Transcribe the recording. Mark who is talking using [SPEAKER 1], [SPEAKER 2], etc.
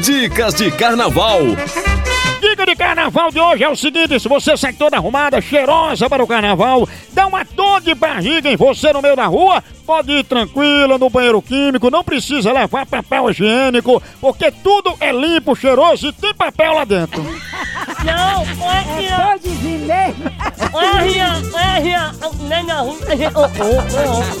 [SPEAKER 1] Dicas de carnaval.
[SPEAKER 2] Dica de carnaval de hoje é o seguinte: se você sai toda arrumada, cheirosa para o carnaval, dá uma dor de barriga em você no meio da rua, pode ir tranquila no banheiro químico, não precisa levar papel higiênico, porque tudo é limpo, cheiroso e tem papel lá dentro.
[SPEAKER 3] Não, é Rian.
[SPEAKER 4] Pode vir mesmo.
[SPEAKER 3] Oh, É Rian, é Rian. Nem na rua.